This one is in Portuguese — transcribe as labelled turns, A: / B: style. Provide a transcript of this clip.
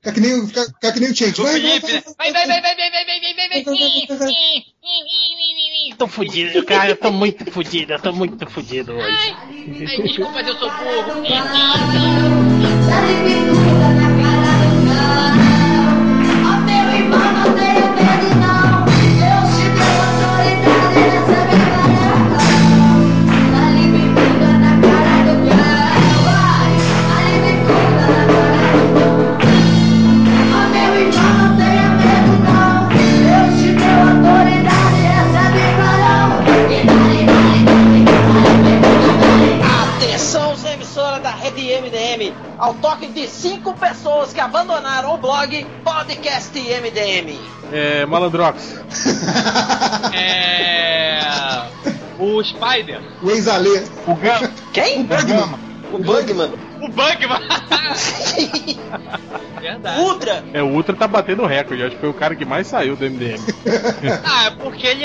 A: Fica que nem, fica, fica que nem o Change.
B: O Felipe, né? Vai, vai, vai, vai, vai, vai, vai, vai, vai, vai, sim, sim, sim, sim, sim, sim.
C: Tô fudido, cara, eu tô muito fudido, eu tô muito fudido hoje.
B: Ai, ai, desculpa, eu sou burro.
D: Atenção, os emissora da Rede MDM, ao toque de cinco pessoas que abandonaram o blog Podcast MDM.
E: É, Malandrox.
B: É. O Spider.
A: O Enzalê.
E: O Gama.
D: Quem?
A: Bugman.
D: O Bugman.
B: O Bugman. Verdade.
D: Ultra.
E: É, o Ultra tá batendo recorde. Acho que foi o cara que mais saiu do MDM.
B: Ah, é porque ele